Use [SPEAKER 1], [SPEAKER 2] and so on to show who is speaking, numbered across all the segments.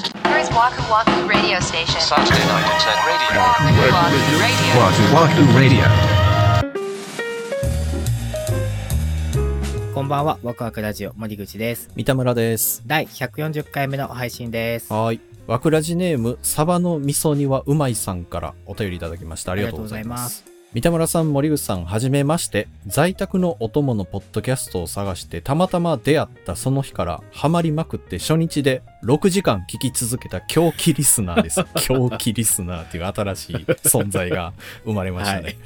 [SPEAKER 1] Waku Waku Radio Station.
[SPEAKER 2] Saturday night at 10 radio.
[SPEAKER 1] Waku Waku Radio.
[SPEAKER 3] Wahoo Wahoo Radio.
[SPEAKER 4] こんばんは、ワクワクラジオ森口です。
[SPEAKER 5] 三田村です。
[SPEAKER 4] 第140回目の配信です。
[SPEAKER 5] はーい。わくらじネーム、サバの味噌煮はうまいさんからお便りいただきました。ありがとうございます。三田村さん、森口さん、はじめまして。在宅のお供のポッドキャストを探して、たまたま出会ったその日からハマりまくって、初日で6時間聞き続けた狂気リスナー です。狂気リスナーっていう新しい存在が生まれましたね。
[SPEAKER 4] はい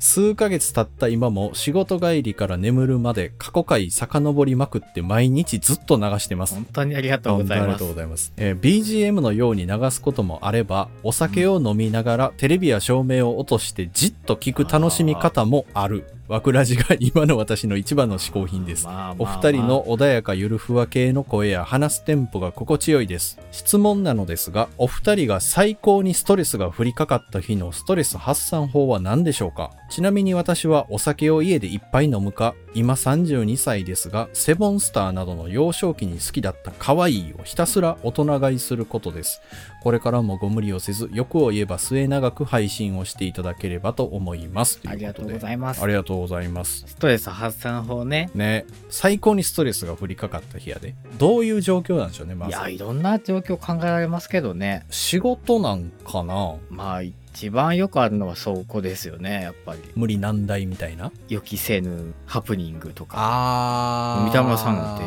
[SPEAKER 5] 数ヶ月経った今も仕事帰りから眠るまで過去回遡りまくって毎日ずっと流してます
[SPEAKER 4] 本。当にありがとうござい
[SPEAKER 5] あり
[SPEAKER 4] ま
[SPEAKER 5] が
[SPEAKER 4] す
[SPEAKER 5] とう。ございます、えー BGM のように流すこともあればお酒を飲みながらテレビや照明を落としてじっと聞く楽しみ方もあるわくらじが今の私の一番の嗜好品です
[SPEAKER 4] まあまあまあ
[SPEAKER 5] お二人の穏やかゆるふわ系の声や話すテンポが心地よいです質問なのですがお二人が最高にストレスが降りかかった日のストレス発散法は何でしょうかちなみに私はお酒を家でいっぱい飲むか今32歳ですがセボンスターなどの幼少期に好きだった可愛いをひたすら大人買いすることですこれからもご無理をせず欲を言えば末永く配信をしていただければと思います
[SPEAKER 4] ありがとうございます
[SPEAKER 5] あ。りがとうございます
[SPEAKER 4] ストレス発散法ね。
[SPEAKER 5] ね最高にストレスが降りかかった日やでどういう状況なんでしょうねま
[SPEAKER 4] い
[SPEAKER 5] ず
[SPEAKER 4] や、いろんな状況考えられますけどね。
[SPEAKER 5] 仕事なんかな
[SPEAKER 4] まあ、一番よくあるのはそこですよね、やっぱり。
[SPEAKER 5] 無理難題みたいな
[SPEAKER 4] 予期せぬハプニングとか。
[SPEAKER 5] あ
[SPEAKER 4] 三田村さんなんて、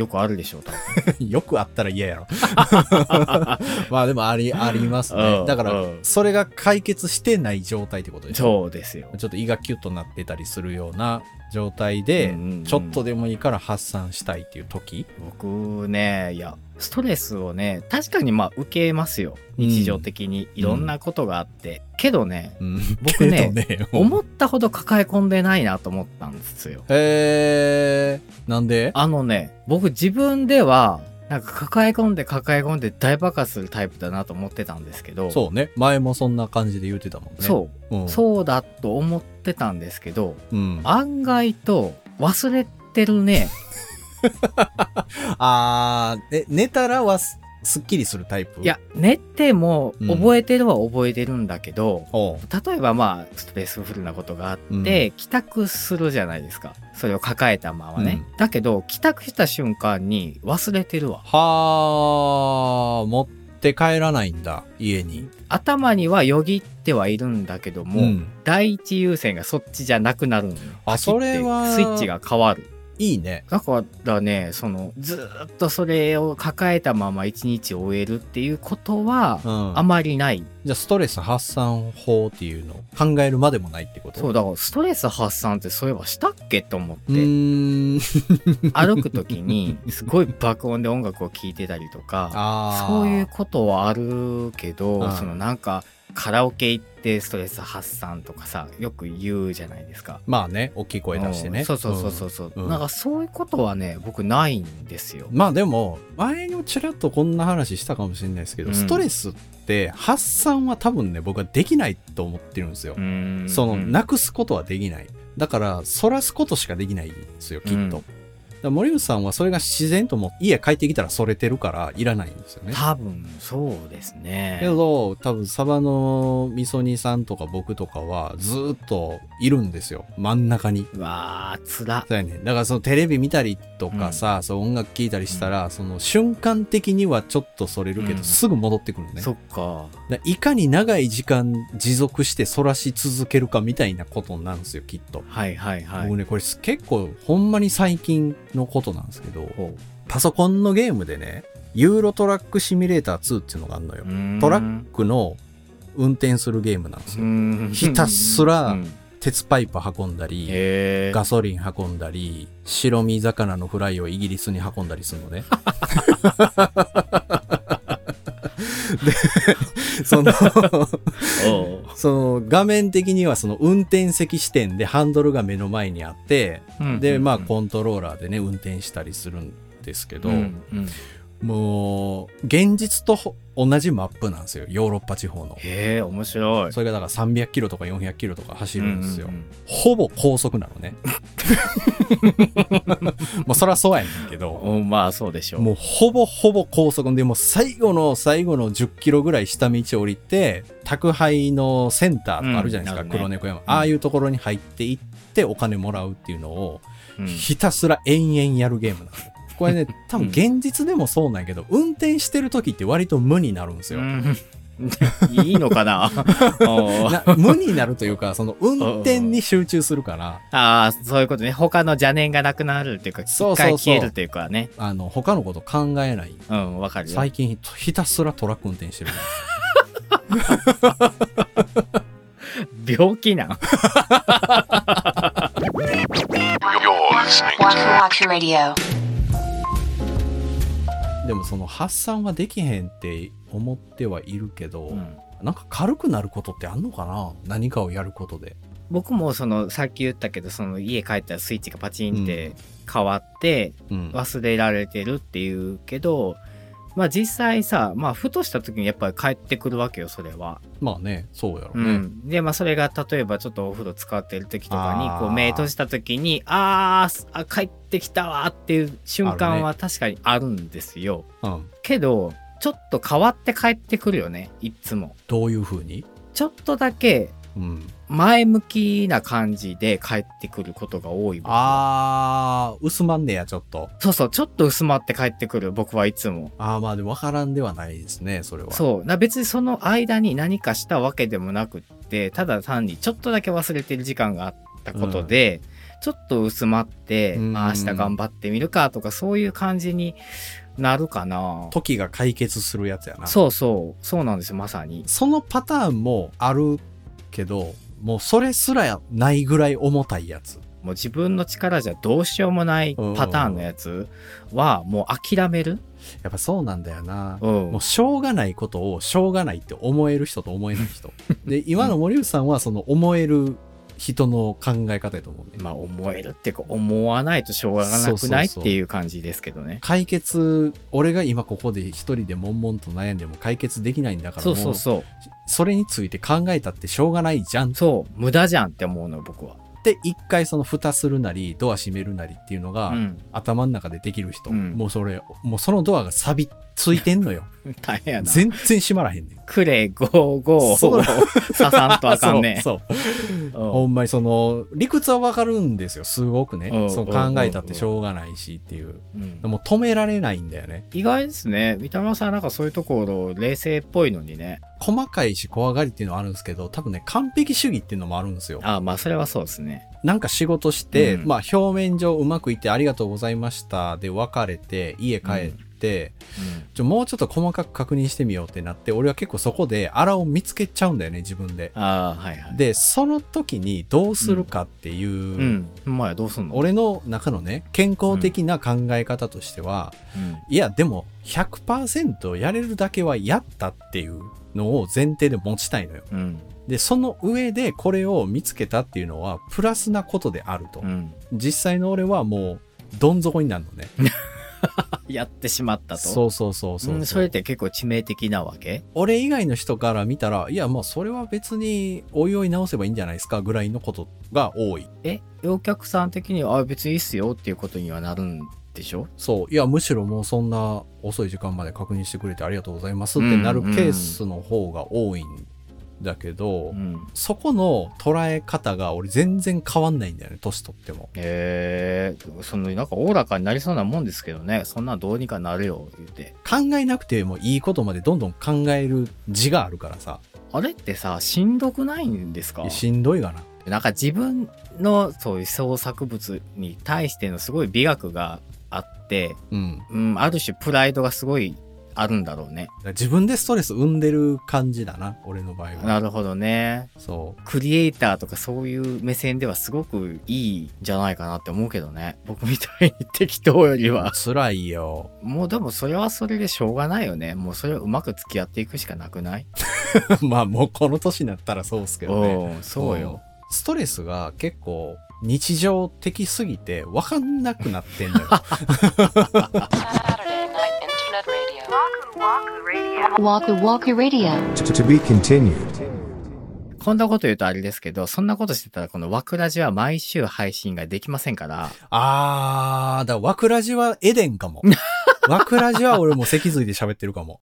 [SPEAKER 4] よくあるでしょう、多分
[SPEAKER 5] て よくあったら嫌 やろまあでもありあります
[SPEAKER 4] うん
[SPEAKER 5] ねだから
[SPEAKER 4] うん
[SPEAKER 5] それが解決してない状態ってことでしょ
[SPEAKER 4] そうですよ。
[SPEAKER 5] ちょっと胃がキュッとなってたりするような状態で、
[SPEAKER 4] うんうんうん
[SPEAKER 5] ちょっとでもいいから発散したいっていう時
[SPEAKER 4] 僕ねいやストレスをね確かにまあ受けますよ日常的にいろんなことがあって、けどね
[SPEAKER 5] うん
[SPEAKER 4] 僕ね
[SPEAKER 5] けどね
[SPEAKER 4] 思ったほど抱え込んでないなと思ったんですよ。
[SPEAKER 5] へえー、なんで
[SPEAKER 4] あのね、僕自分では、なんか抱え込んで抱え込んで大爆発するタイプだなと思ってたんですけど、
[SPEAKER 5] そうね前もそんな感じで言ってたもんね、
[SPEAKER 4] そうう、
[SPEAKER 5] ん、
[SPEAKER 4] そうだと思ってたんですけど、
[SPEAKER 5] うん、あ
[SPEAKER 4] 案外と忘れてるね。
[SPEAKER 5] あーえ寝たらはすすっきりするタイプ
[SPEAKER 4] いや、寝ても
[SPEAKER 5] うん
[SPEAKER 4] 覚えてるは覚えてるんだけど、
[SPEAKER 5] おう
[SPEAKER 4] 例えばまあストレスフルなことがあって、
[SPEAKER 5] うん
[SPEAKER 4] 帰宅するじゃないですかそれを抱えたままね、
[SPEAKER 5] う
[SPEAKER 4] だけど帰宅した瞬間に忘れてるわ
[SPEAKER 5] はあ持って帰らないんだ家に
[SPEAKER 4] 頭にはよぎってはいるんだけども、
[SPEAKER 5] ん、
[SPEAKER 4] 第一優先がそっちじゃなくなるのよ
[SPEAKER 5] あ
[SPEAKER 4] パキッて
[SPEAKER 5] それは
[SPEAKER 4] スイッチが変わる
[SPEAKER 5] いいね
[SPEAKER 4] だからねそのずーっとそれを抱えたまま一日を終えるっていうことは
[SPEAKER 5] うん
[SPEAKER 4] あまりない、
[SPEAKER 5] じゃあストレス発散法っていうのを考えるまでもないってこと
[SPEAKER 4] そう
[SPEAKER 5] う
[SPEAKER 4] だからストレス発散ってそういえばしたっけと思って、
[SPEAKER 5] うーん
[SPEAKER 4] 歩く時にすごい爆音で音楽を聴いてたりとか
[SPEAKER 5] ああ
[SPEAKER 4] そういうことはあるけど、
[SPEAKER 5] うん
[SPEAKER 4] そのなんかカラオケ行ってストレス発散とかさよく言うじゃないですか。
[SPEAKER 5] まあね大きい声出して
[SPEAKER 4] う
[SPEAKER 5] ね
[SPEAKER 4] んそうそうそうそうそう、
[SPEAKER 5] うん
[SPEAKER 4] なんかそういうことはね僕ないんですよ。
[SPEAKER 5] まあでも前にもちらっとこんな話したかもしれないですけど、
[SPEAKER 4] うん
[SPEAKER 5] ストレスって発散は多分ね僕はできないと思ってるんですよ、そのなくすことはできないだからそらすことしかできないんですよきっと、
[SPEAKER 4] うん
[SPEAKER 5] だから森内さんはそれが自然ともう家帰ってきたらそれてるからいらないんですよね
[SPEAKER 4] 多分そうですね
[SPEAKER 5] け。ど多分サバの味噌煮さんとか僕とかはずーっといるんですよ真ん中に
[SPEAKER 4] うわあつら。
[SPEAKER 5] そうやねだからそのテレビ見たりとかさ、そう音楽聴いたりしたら、その瞬間的にはちょっとそれるけど、
[SPEAKER 4] うん
[SPEAKER 5] すぐ戻ってくるね
[SPEAKER 4] そっか。
[SPEAKER 5] だからいかに長い時間持続してそらし続けるかみたいなことなんですよきっと、
[SPEAKER 4] はいはいはい。
[SPEAKER 5] 僕ねこれ結構ほんまに最近のことなんですけど
[SPEAKER 4] ほ
[SPEAKER 5] パソコンのゲームでねユーロトラックシミュレーター2っていうのがあるのよ、
[SPEAKER 4] ううーん
[SPEAKER 5] トラックの運転するゲームなんです
[SPEAKER 4] う
[SPEAKER 5] よ、
[SPEAKER 4] ーん
[SPEAKER 5] ひたすら
[SPEAKER 4] うん
[SPEAKER 5] 鉄パイプ運んだり、
[SPEAKER 4] へえ。
[SPEAKER 5] ガソリン運んだり、白身魚のフライをイギリスに運んだりするのね。 で、その、
[SPEAKER 4] おう
[SPEAKER 5] その画面的にはその運転席視点でハンドルが目の前にあって、で、まあコントローラーでね、運転したりするんですけど、
[SPEAKER 4] うんうん
[SPEAKER 5] もう、現実とほ同じマップなんですよ。ヨーロッパ地方の。
[SPEAKER 4] へえ、面白い。
[SPEAKER 5] それがだから300キロとか400キロとか走るんですよ。
[SPEAKER 4] うんうんうん
[SPEAKER 5] ほぼ高速なのね。 もうそらそうやねんけど、
[SPEAKER 4] うんまあそうでしょう。
[SPEAKER 5] もうほぼほぼ高速で、もう最後の最後の10キロぐらい下道降りて、宅配のセンターとかあるじゃないですか、
[SPEAKER 4] うんあるね
[SPEAKER 5] 黒猫山。ああいうところに入っていってお金もらうっていうのを、
[SPEAKER 4] うん
[SPEAKER 5] ひたすら延々やるゲームなんですよ。これね、多分現実でもそうなんやけど、運転してる時って割と無になるんですよ。
[SPEAKER 4] うん いいのかな おー
[SPEAKER 5] な無になるというか、その運転に集中するから、
[SPEAKER 4] ああ、そういうことね。他の邪念がなくなるっていうか、
[SPEAKER 5] そうそうそう
[SPEAKER 4] 一回消えるっていうかね。
[SPEAKER 5] あの、他のこと考えない。
[SPEAKER 4] うん、わかるよ。
[SPEAKER 5] 最近ひひたすらトラック運転し てる。
[SPEAKER 4] 病気 なん。
[SPEAKER 2] You're listening
[SPEAKER 1] Waku Waku Radio.
[SPEAKER 5] でもその発散はできへんって思ってはいるけど、
[SPEAKER 4] うん
[SPEAKER 5] なんか軽くなることってあんのかな何かをやることで。
[SPEAKER 4] 僕もその、さっき言ったけど、その家帰ったらスイッチがパチンって変わって、
[SPEAKER 5] うん。
[SPEAKER 4] 忘れられてるっていうけど、まあ実際さ、まあふとした時にやっぱり帰ってくるわけよ、それは。
[SPEAKER 5] まあね、そうやろ
[SPEAKER 4] う
[SPEAKER 5] ね。
[SPEAKER 4] ん、でまあそれが例えばちょっとお風呂使ってる時とか
[SPEAKER 5] あー
[SPEAKER 4] にこう目閉じた時にあーすあ帰ってきたわーっていう瞬間は確かにあるんですよ、
[SPEAKER 5] うん。
[SPEAKER 4] けどちょっと変わって帰ってくるよねいつも
[SPEAKER 5] どういう風に
[SPEAKER 4] ちょっとだけ
[SPEAKER 5] うん。
[SPEAKER 4] 前向きな感じで帰ってくることが多い僕は
[SPEAKER 5] あー、薄まんねや、ちょっと。
[SPEAKER 4] そうそうちょっと薄まって帰ってくる僕はいつも
[SPEAKER 5] あー、まあでも分からんではないですね、それは。
[SPEAKER 4] そうな別にその間に何かしたわけでもなくってただ単にちょっとだけ忘れてる時間があったことで、ちょっと薄まって、
[SPEAKER 5] うん
[SPEAKER 4] あ明日頑張ってみるかとかそういう感じになるかな
[SPEAKER 5] 時が解決するやつやな。
[SPEAKER 4] そうそうそうなんですよまさに
[SPEAKER 5] そのパターンもあるけど、もうそれすらないぐらい重たいやつ。
[SPEAKER 4] もう自分の力じゃどうしようもないパターンのやつはもう諦める、
[SPEAKER 5] やっぱそうなんだよな。
[SPEAKER 4] うん
[SPEAKER 5] もうしょうがないことをしょうがないって思える人と思えな い人。で、今の森内さんはその思える人の考え方やと思うね。
[SPEAKER 4] まあ思えるっていうか思わないとしょうがなくないっ
[SPEAKER 5] そうそうそう
[SPEAKER 4] ていう感じですけどね
[SPEAKER 5] 解決、俺が今ここで一人で悶々と悩んでも解決できないんだから
[SPEAKER 4] そうそう
[SPEAKER 5] も
[SPEAKER 4] そう
[SPEAKER 5] うそれについて考えたってしょうがないじゃんっ
[SPEAKER 4] そう無駄じゃんって思うの僕は、
[SPEAKER 5] て一回その蓋するなりドア閉めるなりっていうのが、
[SPEAKER 4] うん、
[SPEAKER 5] 頭の中でできる人、
[SPEAKER 4] うん
[SPEAKER 5] もうそれもうそのドアが錆びついてんのよ
[SPEAKER 4] 大 変やな
[SPEAKER 5] 全然閉まらへ んねん
[SPEAKER 4] クレ55を
[SPEAKER 5] そう
[SPEAKER 4] 刺さんとあかん ね。
[SPEAKER 5] そうそう
[SPEAKER 4] うん
[SPEAKER 5] ほんまにその理屈はわかるんですよすごく
[SPEAKER 4] う
[SPEAKER 5] ね
[SPEAKER 4] ん
[SPEAKER 5] その考えたってしょうがないしっていう
[SPEAKER 4] うん
[SPEAKER 5] でも止められないんだよね
[SPEAKER 4] 意外ですね。三田村さんなんかそういうところ冷静っぽいのにね。
[SPEAKER 5] 細かいし怖がりっていうのはあるんですけど多分ね完璧主義っていうのもあるんですよ
[SPEAKER 4] ああまあそれはそうですね。
[SPEAKER 5] なんか仕事して、
[SPEAKER 4] うん
[SPEAKER 5] まあ表面上うまくいってありがとうございましたで別れて家帰って、ちょもうちょっと細かく確認してみようってなって俺は結構そこであらを見つけちゃうんだよね自分で
[SPEAKER 4] ああはいはい。
[SPEAKER 5] でその時にどうするかっていう、
[SPEAKER 4] うん。ほんまやどうすんの、
[SPEAKER 5] 俺の中のね健康的な考え方としては、
[SPEAKER 4] うん
[SPEAKER 5] いやでも100%やれるだけはやったっていうのを前提で持ちたいのよ
[SPEAKER 4] うん
[SPEAKER 5] でその上でこれを見つけたっていうのはプラスなことであると、
[SPEAKER 4] うん、
[SPEAKER 5] 実際の俺はもうどん底になるのね
[SPEAKER 4] やってしまったと。
[SPEAKER 5] そうそうそうそう、
[SPEAKER 4] うんそれって結構致命的なわけ
[SPEAKER 5] 俺以外の人から見たらいやまあそれは別においおい直せばいいんじゃないですかぐらいのことが多い
[SPEAKER 4] えお客さん的にはあ別にいいっすよっていうことにはなるんでしょ
[SPEAKER 5] そう。いや、むしろもうそんな遅い時間まで確認してくれてありがとうございますってなるケースの方が多いんだけど、
[SPEAKER 4] うん。
[SPEAKER 5] そこの捉え方が俺全然変わんないんだよね、年取っても。
[SPEAKER 4] へえそのなんかおおらかになりそうなもんですけどねそんなんどうにかなるよ言って
[SPEAKER 5] 考えなくてもいいことまでどんどん考える字があるからさ、
[SPEAKER 4] あれってさしんどくないんですか
[SPEAKER 5] しんどいがな。
[SPEAKER 4] なんか自分のそういう創作物に対してのすごい美学があって、
[SPEAKER 5] うん。
[SPEAKER 4] うん、ある種プライドがすごいあるんだろうね。
[SPEAKER 5] 自分でストレス生んでる感じだな、俺の場合は。
[SPEAKER 4] なるほどね。
[SPEAKER 5] そう。
[SPEAKER 4] クリエイターとかそういう目線ではすごくいいんじゃないかなって思うけどね。僕みたいに適当よりは。
[SPEAKER 5] 辛いよ。
[SPEAKER 4] もうでもそれはそれでしょうがないよね。もうそれをうまく付き合っていくしかなくない
[SPEAKER 5] まあもうこの年になったらそうっすけどね。
[SPEAKER 4] おうそうよ。
[SPEAKER 5] ストレスが結構日常的すぎて分かんなくなってんだよ。
[SPEAKER 2] Saturday Night Internet Radio.
[SPEAKER 1] Waku Waku Radio.
[SPEAKER 3] To, to be continued.
[SPEAKER 4] こんなこと言うとあれですけど、そんなことしてたらこの枠ラジは毎週配信ができませんから、
[SPEAKER 5] あー、だから、わくらじはエデンかも。わくらじは俺も脊髄で喋ってるかも。